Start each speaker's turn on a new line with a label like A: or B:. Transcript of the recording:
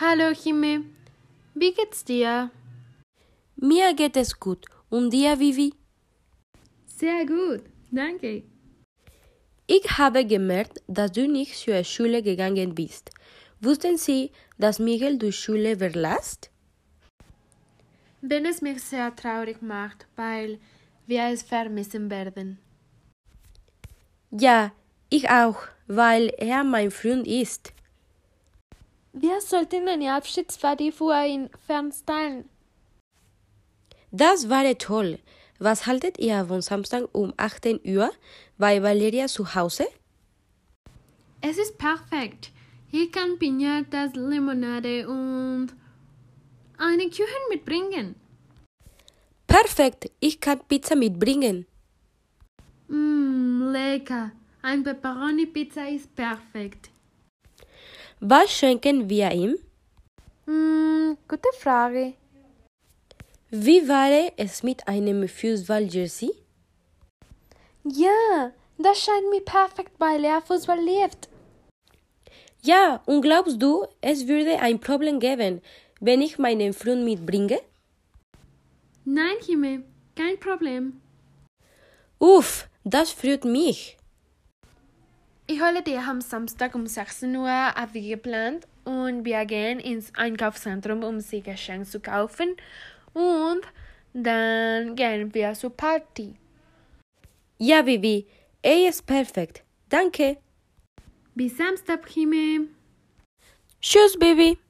A: Hallo Jimmy, wie geht's dir?
B: Mir geht es gut. Und dir, Vivi?
C: Sehr gut, danke.
B: Ich habe gemerkt, dass du nicht zur Schule gegangen bist. Wussten Sie, dass Miguel die Schule verlässt?
A: Wenn es mich sehr traurig macht, weil wir es vermissen werden.
B: Ja, ich auch, weil er mein Freund ist.
A: Wir sollten eine Abschiedsparty für ihn veranstalten.
B: Das war toll. Was haltet ihr von Samstag um 18 Uhr bei Valeria zu Hause?
A: Es ist perfekt. Ich kann Pinatas, Limonade und einen Kuchen mitbringen.
B: Perfekt, ich kann Pizza mitbringen.
A: Mmm, lecker. Ein Pepperoni-Pizza ist perfekt.
B: Was schenken wir ihm?
A: Mmm, gute Frage.
B: Wie wäre es mit einem Fußball-Jersey?
A: Ja, das scheint mir perfekt, weil er Fußball liebt.
B: Ja, und glaubst du, es würde ein Problem geben, wenn ich meinen Freund mitbringe?
A: Nein, Jimmy, kein Problem.
B: Uff, das freut mich.
A: Ich hole dir am Samstag um 16 Uhr ab wie geplant und wir gehen ins Einkaufszentrum, um sie Geschenke zu kaufen und dann gehen wir zur Party.
B: Ja, Bibi, er ist perfekt. Danke.
A: Bis Samstag, Jimmy.
B: Tschüss, Bibi.